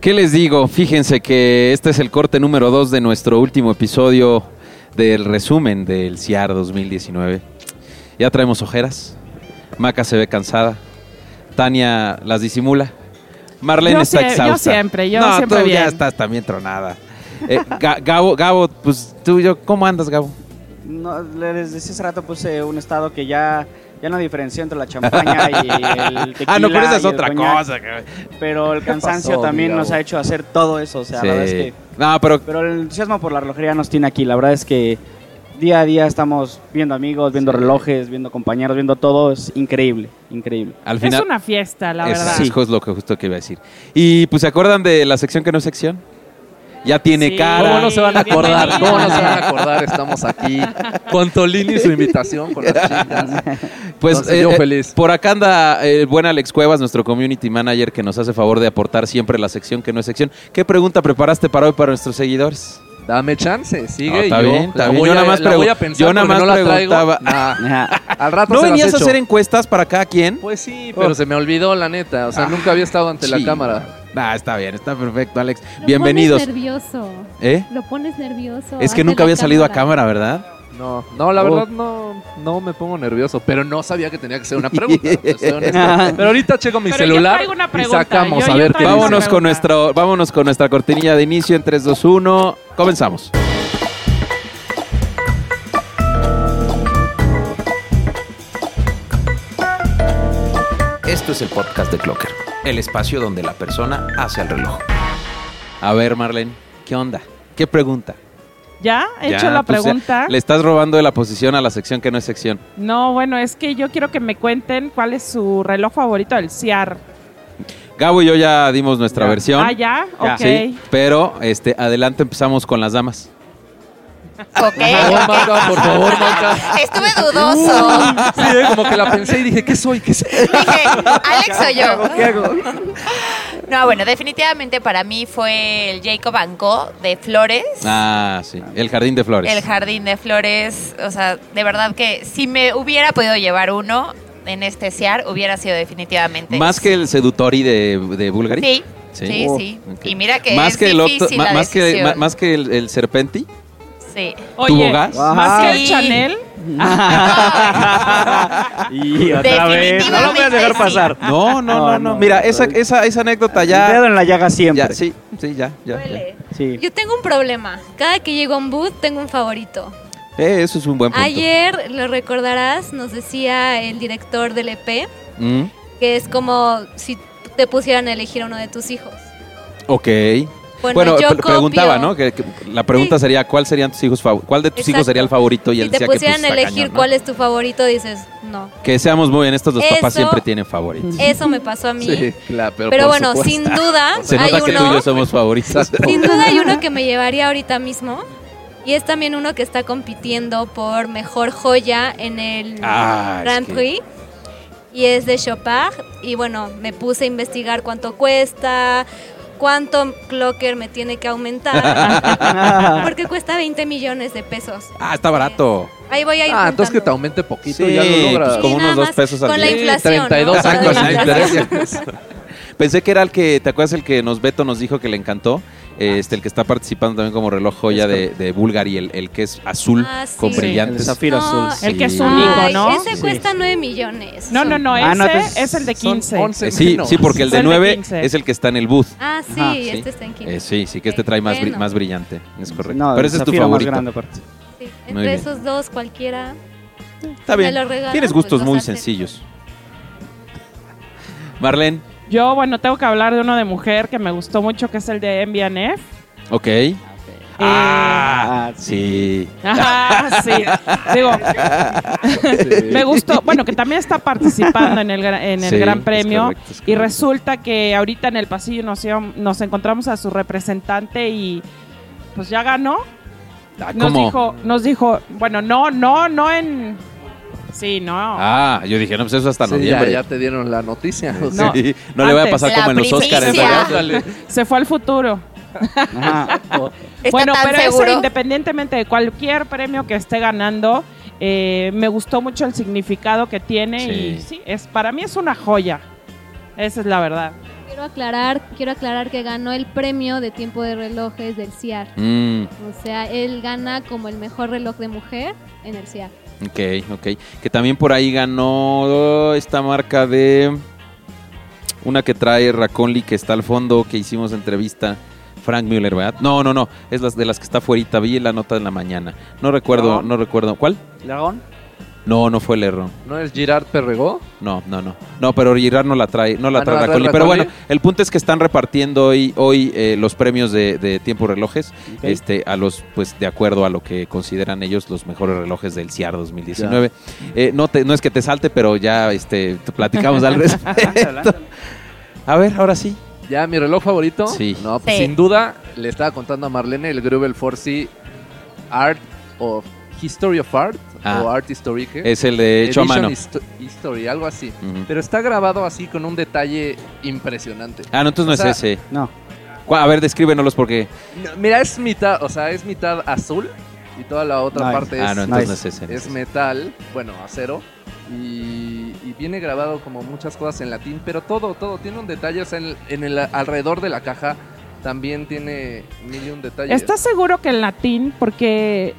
¿Qué les digo? Fíjense que este es el corte número 2 de nuestro último episodio del resumen del CIAR 2019. Ya traemos ojeras. Maca se ve cansada. Tania las disimula. Marlene Yo está sie- yo exhausta. siempre, yo no, siempre tú ya bien. estás también tronada. Eh, Ga- Gabo, Gabo, pues tú, yo, ¿cómo andas, Gabo? No, les decía hace rato, puse un estado que ya, ya no diferenció entre la champaña y el tequila. ah, no, pero esa es y el otra coñac, cosa. cabrón. Pero el cansancio pasó, también mi nos Gabo? ha hecho hacer todo eso. O sea, la verdad es Sí. que. No, pero Pero el entusiasmo por la relojería nos tiene aquí. La verdad es que día a día estamos viendo amigos, viendo relojes, viendo compañeros, viendo todo. Es increíble, increíble. al Es final... una fiesta, la Eso verdad. es justo lo que justo que iba a decir. Y pues se acuerdan de la sección que no es sección. Ya tiene Sí. cara. Ahora- ¿Cómo no se van a acordar? Bienvenido. ¿Cómo no se van a acordar? Estamos aquí con Tolini y su invitación con las chicas. Pues Entonces, eh, yo eh, feliz. por acá anda eh, el buen Alex Cuevas, nuestro community manager, que nos hace favor de aportar siempre la sección que no es sección. ¿Qué pregunta preparaste para hoy para nuestros seguidores? Dame chance, No, sigue. está y yo, bien, está la bien. voy Yo a- nada más la voy a pregun- pensar yo nada porque más no la traigo. preguntaba- Nah, Ajá. al rato ¿No Ah, pues se las venías a echo. hacer encuestas para cada quien? Pues sí, pero se me olvidó la neta. O sea, nunca había estado ante la Sí. cámara. Ah, está bien, está perfecto, Alex. Lo Bienvenidos. Pones nervioso. ¿Eh? Lo pones nervioso. Es que ante nunca la había salido a cámara, ¿verdad? No, no, la Oh. verdad no, no me pongo nervioso, pero no sabía que tenía que ser una pregunta. estoy honesto. pero ahorita checo mi Pero yo celular traigo una y pregunta, sacamos yo- a yo ver qué traigo dice. Vámonos pregunta. con, nuestro, vámonos con nuestra cortinilla de inicio en 3, 2, 1. Comenzamos. Esto es el podcast de Clocker, el espacio donde la persona hace al reloj. A ver, Marlene, ¿qué onda? ¿Qué pregunta? ¿Ya? ¿He Ya, hecho la pues, ya, pregunta? Le estás robando de la posición a la sección que no es sección. No, bueno, es que yo quiero que me cuenten cuál es su reloj favorito del CIAR. Gabo y yo ya dimos nuestra versión. Ah, Ya. ¿ya? Ok. Sí, pero este, adelante empezamos con las damas. Por Ok, favor, Maca, por favor, Maca. estuve dudoso. Uh. Sí, eh, como que la pensé y dije, ¿qué soy? ¿Qué soy? Dije, Alex o yo. No, bueno, definitivamente para mí fue el Jacob Anco de Flores. Ah, sí. El jardín de flores. El jardín de flores, o sea, de verdad que si me hubiera podido llevar uno en este SEAR, hubiera sido definitivamente. Más que el sedutori de, de Bulgari. Sí, Sí. sí, sí. Ok. Y mira que más es que el octo- difícil ma- la más que decisión. ma- más que el, el serpenti. Sí. Oye, gas? más que el Sí. Chanel, Ah. y otra vez. No lo voy a dejar Definitivamente pasar. No, no, no, no. No, no, Mira, no, esa, no. esa, esa anécdota El dedo ya, en la llaga siempre. ya, sí, sí, ya, ya, ya. Duele. Sí. Yo tengo un problema. Cada que llego a un booth tengo un favorito. Eh, eso es un buen punto. Ayer, lo recordarás, nos decía el director del EP Mm, que es como si te pusieran a elegir a uno de tus hijos. ok. Bueno, Bueno, yo pre- copio. preguntaba, ¿no? Que, que la pregunta sería cuál serían tus hijos fav- cuál de tus hijos Exacto. sería el favorito y Si él te decía que, pues, pusieran a está elegir cañón, ¿no? cuál es tu favorito, dices, no. Que seamos muy honestos, los papás Eso- siempre tienen favoritos. Eso me pasó a mí. Sí, claro, pero, Pero por bueno, supuesto. sin duda Se hay nota que tú y uno, yo somos favoritos. sin duda hay uno que me llevaría ahorita mismo y es también uno que está compitiendo por mejor joya en el Ah, es Grand que- Prix y es de Chopin y bueno, me puse a investigar cuánto cuesta, cuánto clocker me tiene que aumentar porque cuesta 20 millones de pesos. Ah, está barato. Ahí voy a ir Ah, entonces que te juntando. aumente poquito Sí, y ya lo logras. pues, como Sí, unos nada dos más, pesos al con la día. Sí, inflación, 32 ¿no? años. Con la inflación. Pensé que era el que, ¿te acuerdas el que nos Beto nos dijo que le encantó? Este, el que está participando también como reloj joya de, de Bulgari, el, el que es azul Ah, sí. con Sí, El brillantes. zafiro No, azul. el que es Sí. Eh, único, Ay, ¿no? Ese Sí. cuesta 9 millones. No, no, no, Ah, ese no, entonces es el de Son 15. 11 Eh, sí, menos. sí, porque el Es de el de 9 15. es el que está en el booth. Ah, sí, Ajá, este sí. está en quince. Eh, sí, sí, que este trae más, Qué bri- bueno. más brillante. Es correcto. No, Pero el ese es tu zafiro más favorito. grande aparte. Sí, Muy Entre bien. esos dos, cualquiera. Está Me bien. lo regalan, Tienes pues, gustos los muy acepto. sencillos. Marlene, Yo, bueno, tengo que hablar de uno de mujer que me gustó mucho, que es el de MBNF. ok. Ah, Sí. Ajá, Eh, ah, sí. Digo, me gustó. Bueno, que también está participando en el, gra- en el Sí, Gran es Premio. correcto, es y correcto. resulta que ahorita en el pasillo nos, íbam- nos encontramos a su representante y pues ya ganó. Ah, Nos ¿cómo? dijo, nos dijo, bueno, no, no, no en. Sí, no. Ah, yo dije, no, pues eso hasta Sí, ya, noviembre. ya te dieron la noticia. o sea. No, No, no le voy a antes. pasar como en los La Oscars. primicia. ¿verdad? Ándale. Se fue al futuro. Ajá. Está bueno, tan pero eso, seguro. independientemente de cualquier premio que esté ganando, eh, me gustó mucho el significado que tiene Sí. y sí, es, para mí es una joya. Esa es la verdad. Pero Quiero aclarar, quiero aclarar que ganó el premio de tiempo de relojes del CIAR. Mm, O sea, él gana como el mejor reloj de mujer en el CIAR. ok, ok. Que también por ahí ganó esta marca de... Una que trae Raconli, que está al fondo, que hicimos entrevista. Frank Müller, ¿verdad? No, no, no. Es las de las que está afuera. Vi la nota de la mañana. No recuerdo, No. no recuerdo. ¿Cuál? ¿Dragón? No, no fue el error. ¿No es Girard Perregó? No, no, no. No, pero Girard no la trae, no la Ah, no trae la trae Raccoli. Pero Raccoli. bueno, el punto es que están repartiendo hoy, hoy eh, los premios de, de tiempo relojes, Ok. este, a los, pues, de acuerdo a lo que consideran ellos los mejores relojes del CIAR 2019. Eh, no, te, no es que te salte, pero ya este, te platicamos al Adelante, respecto. adelante. A ver, ahora sí. ¿Ya mi reloj favorito? Sí. No, pues, Sí. sin duda le estaba contando a Marlene el Grubel Forcy Art of History of Art Ah. o Art Historique. Es el de hecho a Edition mano. Histo- History, algo así. Ujú. Pero está grabado así con un detalle impresionante. Ah, no, entonces no O sea, es ese. No. Cu- A ver, descríbenos porque. No, mira, es mitad, o sea, es mitad azul y toda la otra Nice. parte es, Ah, no, entonces Nice. no es ese. no Pues, es es ese. metal, bueno, acero. Y, y viene grabado como muchas cosas en latín, pero todo, todo tiene un detalle. O sea, en, en el alrededor de la caja también tiene mil y un detalle. ¿Estás seguro que en latín? Porque.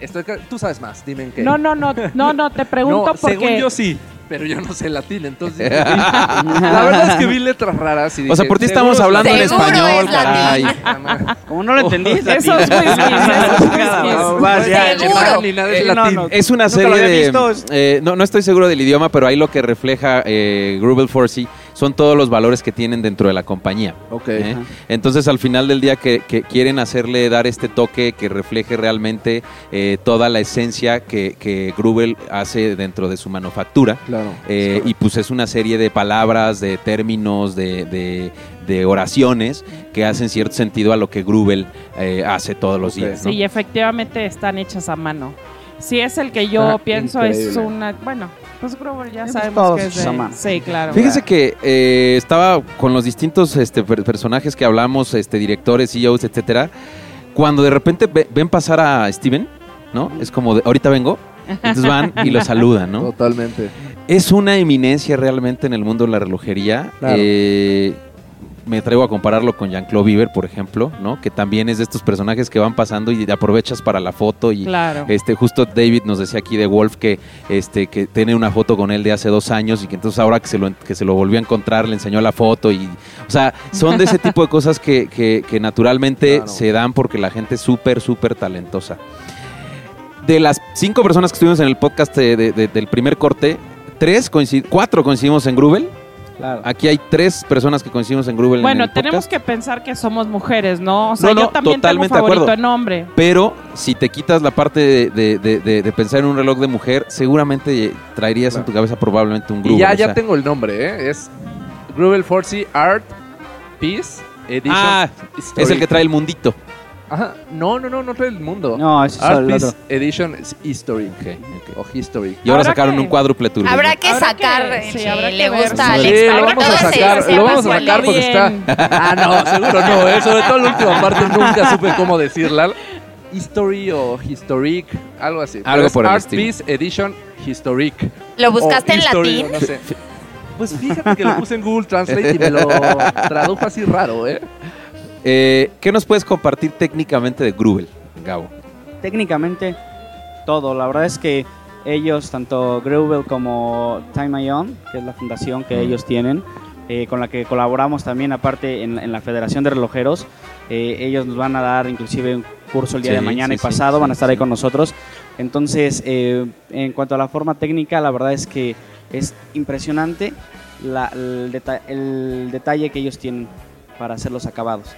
Estoy ca- tú sabes más, dime en qué. No, no, no, no, no, te No, pregunto según porque. yo sí, pero yo no sé latín, entonces. Ah. la verdad es que vi letras raras y O sea, dije, por ti "Seguro estamos es hablando en Seguro español, es caray. latín. latín". Como no lo entendí, es latín. Esos whiskies, esos whiskies. Vas, ya, Seguro. chingada. Ni nada es Eh, no, latín. no. Es una Nunca serie lo había de. visto. eh, no, no estoy seguro del idioma, pero ahí lo que refleja eh, Grubel Forcy son todos los valores que tienen dentro de la compañía. Ok. ¿eh? Entonces, al final del día, que, que quieren hacerle dar este toque que refleje realmente eh, toda la esencia que, que Grubel hace dentro de su manufactura. Claro. Eh, y pues es una serie de palabras, de términos, de, de- de oraciones que hacen cierto sentido a lo que Grubel eh, hace todos los Ok. días. ¿no? Sí, efectivamente están hechas a mano. Si es el que yo Está pienso, es increíble. una. Bueno, pues Grover ya Pues sabemos todos que es hechos a de. mano. Sí, claro. Fíjense que eh, estaba con los distintos este, per- personajes que hablamos, este, directores, CEOs, etcétera. Cuando de repente ve- ven pasar a Steven, ¿no? Es como de, ahorita vengo. Entonces van y lo saludan, ¿no? Totalmente. Es una eminencia realmente en el mundo de la relojería. Claro. Eh, me atrevo a compararlo con Jean-Claude Bieber, por ejemplo, ¿no? Que también es de estos personajes que van pasando y aprovechas para la foto y, Claro. este, justo David nos decía aquí de Wolf que, este, que tiene una foto con él de hace dos años y que entonces ahora que se lo, que se lo volvió a encontrar le enseñó la foto y, o sea, son de ese tipo de cosas que, que- que naturalmente Claro. se dan porque la gente es súper, súper talentosa. De las cinco personas que estuvimos en el podcast de- de- de- del primer corte, tres coincid- cuatro coincidimos en Grubel. Claro. Aquí hay tres personas que coincidimos en Grubel. en Bueno, el tenemos podcast. que pensar que somos mujeres, ¿no? O sea, No, no, yo también totalmente de tengo favorito acuerdo. en hombre. Pero si te quitas la parte de, de- de- de- de pensar en un reloj de mujer, seguramente traerías en tu cabeza probablemente un grupo. Y ya, ya tengo el nombre, ¿eh? Es Grubel Forcy Art Peace Edition. Ah, Historic. es el que trae el mundito. Ajá. No, no, no, no trae el mundo. No, ese es Art el Peace otro. Edition Historic. ok. O Historic. Y ahora Habrá sacaron que- un cuádruple turbo. Habrá que Habrá sacar que- el sí, que habrá que le ver. gusta a Sí, Alex. lo Ahora vamos a todos sacar, se- lo se vamos a pasan sacar porque bien. Ah, no, seguro no, ¿eh? Sobre todo la última parte nunca supe cómo decirla. History o Historic, algo así. Algo Pero es por el Art estilo. Peace Edition Historic. ¿Lo O buscaste en History, latín? no sé. Pues fíjate que lo puse en Google Translate y me lo tradujo así raro, ¿eh? Eh, ¿Qué nos puedes compartir técnicamente de Grubel, Gabo? Técnicamente, todo. La verdad es que ellos, tanto Grubel como Time Ion, que es la fundación que ellos tienen, eh, con la que colaboramos también, aparte en, en la Federación de Relojeros, eh, ellos nos van a dar inclusive un curso el día Sí, de mañana sí, y sí, pasado, sí, van a estar ahí sí. con nosotros. Entonces, eh, en cuanto a la forma técnica, la verdad es que es impresionante la- el, deta- el detalle que ellos tienen para hacer los acabados.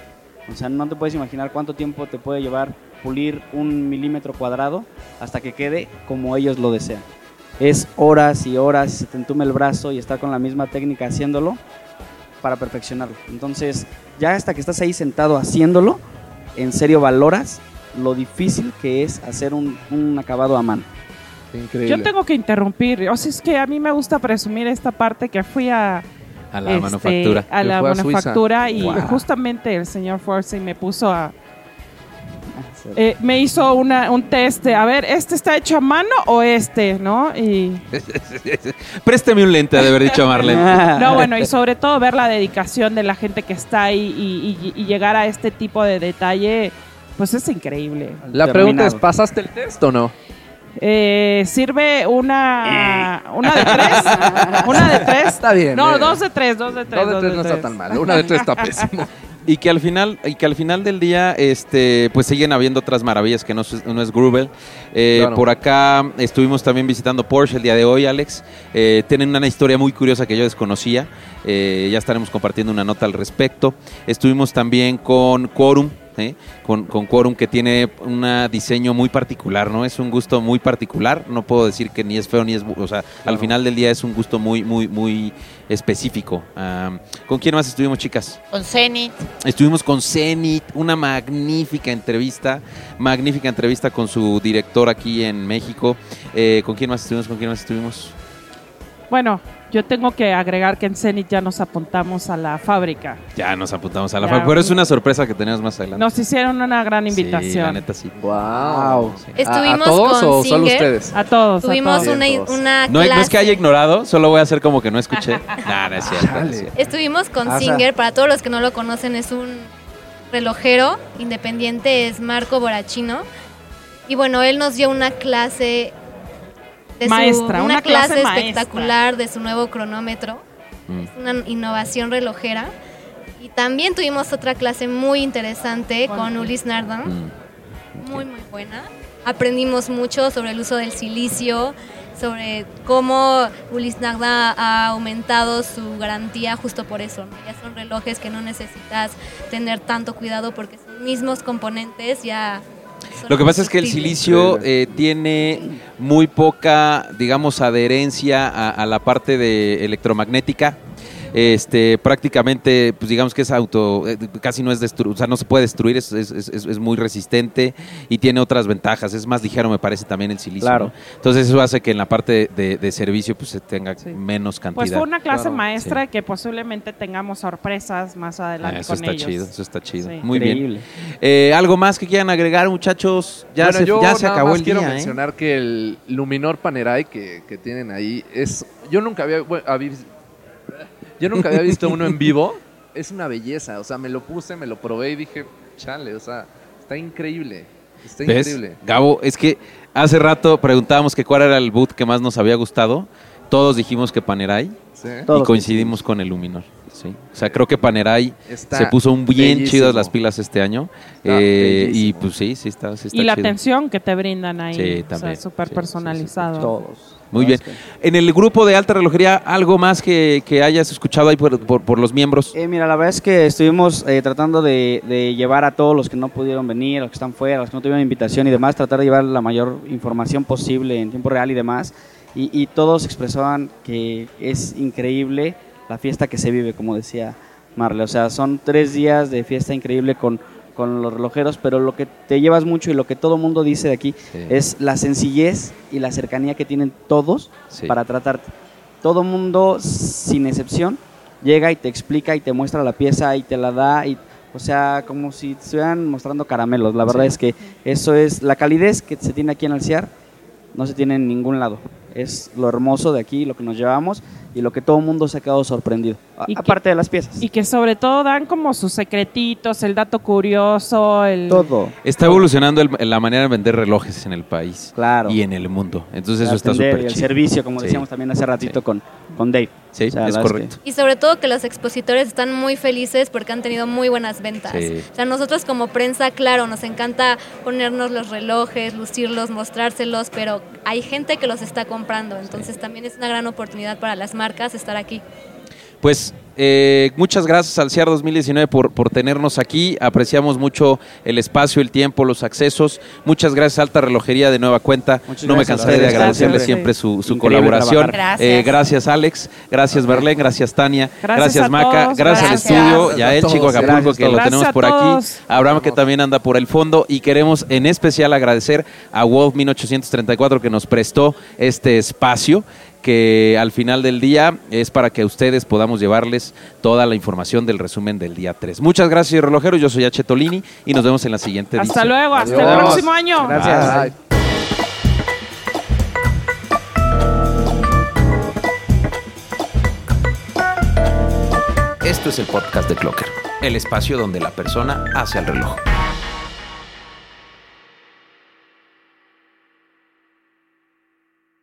O sea, no te puedes imaginar cuánto tiempo te puede llevar pulir un milímetro cuadrado hasta que quede como ellos lo desean. Es horas y horas, se te entume el brazo y estar con la misma técnica haciéndolo para perfeccionarlo. Entonces, ya hasta que estás ahí sentado haciéndolo, en serio valoras lo difícil que es hacer un, un acabado a mano. Increíble. Yo tengo que interrumpir. O sea, es que a mí me gusta presumir esta parte que fui a, A la este, manufactura. A Que la fue a Suiza. manufactura y Wow. justamente el señor Forsey me puso a, eh, me hizo una, un test. de, A ver, ¿este está hecho a mano o este? ¿No? Y. Préstame un lente, ha de haber dicho Marlene. No, bueno, y sobre todo ver la dedicación de la gente que está ahí y, y- y llegar a este tipo de detalle, pues es increíble. La pregunta es, Terminado. ¿pasaste el test o no? Eh, ¿Sirve una, una de tres? ¿Una de tres? Eh. Está bien, No, bien. dos de tres, dos de tres. Dos de tres no está tan mal. Una de tres está pésimo. Y que al final, y que al final del día, este, pues siguen habiendo otras maravillas que no, es- no es Grubel. Eh, Claro. Por acá estuvimos también visitando Porsche el día de hoy, Alex. Eh, tienen una historia muy curiosa que yo desconocía. Eh, ya estaremos compartiendo una nota al respecto. Estuvimos también con Quorum. ¿eh? Con, con Quorum que tiene un diseño muy particular, ¿no? Es un gusto muy particular, no puedo decir que ni es feo ni es... bu- O sea, al final del día es un gusto muy, muy, muy específico. Am, ¿Con quién más estuvimos, chicas? Con Zenit. Estuvimos con Zenit, una magnífica entrevista, magnífica entrevista con su director aquí en México. Eh, ¿Con quién más estuvimos? ¿Con quién más estuvimos? Bueno, yo tengo que agregar que en Zenit ya nos apuntamos a la fábrica. Ya nos apuntamos a la Ya. fac- pero es una sorpresa que tenemos más adelante. Nos hicieron una gran Sí, la invitación. neta sí. Wow. Estuvimos ¿A, todos con o solo Singer. ustedes? a todos. a Tuvimos todos. una, Vientos. una No, no es que haya clase- ignorado, solo voy a hacer como que no escuché. Nah, no es cierto, no es Chale. cierto. Estuvimos con Ah, o sea. Singer, para todos los que no lo conocen, es un relojero independiente, es Marco Borachino. Y bueno, él nos dio una clase de su- Maestra, una clase maestra. espectacular de su nuevo cronómetro. Mm. Es una innovación relojera. Y también tuvimos otra clase muy interesante Bueno. con Ulis Nardam Mm. muy muy buena. Aprendimos mucho sobre el uso del silicio, sobre cómo Ulis Nagda ha aumentado su garantía justo por eso. ¿no? Ya son relojes que no necesitas tener tanto cuidado porque son mismos componentes ya. son Lo que pasa es que el sustituibles. silicio eh, tiene muy poca, digamos, adherencia a, a la parte de electromagnética. Este, prácticamente, pues digamos que es auto, eh, casi no es destruir, o sea, no se puede destruir, es, es- es- es muy resistente y tiene otras ventajas. Es más ligero, me parece, también el silicio. Claro. ¿no? Entonces, eso hace que en la parte de, de servicio, pues se tenga Sí. menos cantidad. Pues fue una clase Claro, maestra que posiblemente tengamos sorpresas más Ah, adelante eso con está ellos. chido, eso está chido. Sí. Muy bien. Increíble. Eh, ¿Algo más que quieran agregar, muchachos? Ya Bueno, se, yo ya se nada acabó más el quiero día. ¿eh? mencionar que el Luminor Panerai que, que tienen ahí es. Yo nunca había, bueno, habí- yo nunca había visto uno en vivo. Es una belleza. O sea, me lo puse, me lo probé y dije, chale, o sea, está increíble. Está ¿Ves? increíble. Gabo, es que hace rato preguntábamos que cuál era el boot que más nos había gustado. Todos dijimos que Panerai Sí. y Todos coincidimos con el Luminor. ¿sí? O sea, creo que Panerai Está se puso un bien bellísimo. chidas las pilas este año. Está Eh, y bellísimo. pues sí, sí está, sí está Y la chido. atención que te brindan ahí. Sí, o sea, también. súper Sí, sí, sí, sí, personalizado. Todos. Muy bien. En el grupo de alta relojería, ¿algo más que, que hayas escuchado ahí por, por- por los miembros? Eh, mira, la verdad es que estuvimos eh, tratando de, de llevar a todos los que no pudieron venir, los que están fuera, los que no tuvieron invitación y demás, tratar de llevar la mayor información posible en tiempo real y demás. Y, y todos expresaban que es increíble la fiesta que se vive, como decía Marle. O sea, son tres días de fiesta increíble con, con los relojeros, pero lo que te llevas mucho y lo que todo mundo dice de aquí es la sencillez y la cercanía que tienen todos Sí. para tratarte. Todo mundo, sin excepción, llega y te explica y te muestra la pieza y te la da. Y, o sea, como si te estuvieran mostrando caramelos. La verdad es que eso es la calidez que se tiene aquí en Alciar, no se tiene en ningún lado. Es lo hermoso de aquí, lo que nos llevamos y lo que todo mundo se ha quedado sorprendido. A- ¿Y qué- aparte de las piezas. Y que sobre todo dan como sus secretitos, el dato curioso, el... todo. Está evolucionando el- la manera de vender relojes en el país Claro. y en el mundo. Entonces eso está Atender súper y chido. el servicio, como Sí. decíamos también hace ratito con, con Dave. Sí, O sea, la es verdad que- correcto. Y sobre todo que los expositores están muy felices porque han tenido muy buenas ventas. Sí. O sea, nosotros como prensa, claro, nos encanta ponernos los relojes, lucirlos, mostrárselos, pero hay gente que los está comprando. Entonces también es una gran oportunidad para las marcas estar aquí. Pues eh, muchas gracias al CIAR 2019 por, por tenernos aquí. Apreciamos mucho el espacio, el tiempo, los accesos. Muchas gracias a Alta Relojería de nueva cuenta. Muchas no me gracias a cansaré de ustedes. agradecerles Gracias. siempre su, su Increíble colaboración. trabajar. Eh, Gracias. gracias Alex, gracias Berlén, gracias Tania, Gracias gracias, a Maca, todos, gracias, gracias. al estudio Gracias y a a el todos, chico Acapulco gracias a que lo todos. tenemos Gracias a por aquí. todos. A Abraham que también anda por el fondo y queremos en especial agradecer a Wolf 1834 que nos prestó este espacio que al final del día es para que ustedes podamos llevarles toda la información del resumen del día 3. Muchas gracias, relojero. Yo soy H. Tolini y nos vemos en la siguiente Hasta edición. luego, hasta el Adiós. próximo año. Gracias. Ay. Esto es el podcast de Clocker, el espacio donde la persona hace el reloj.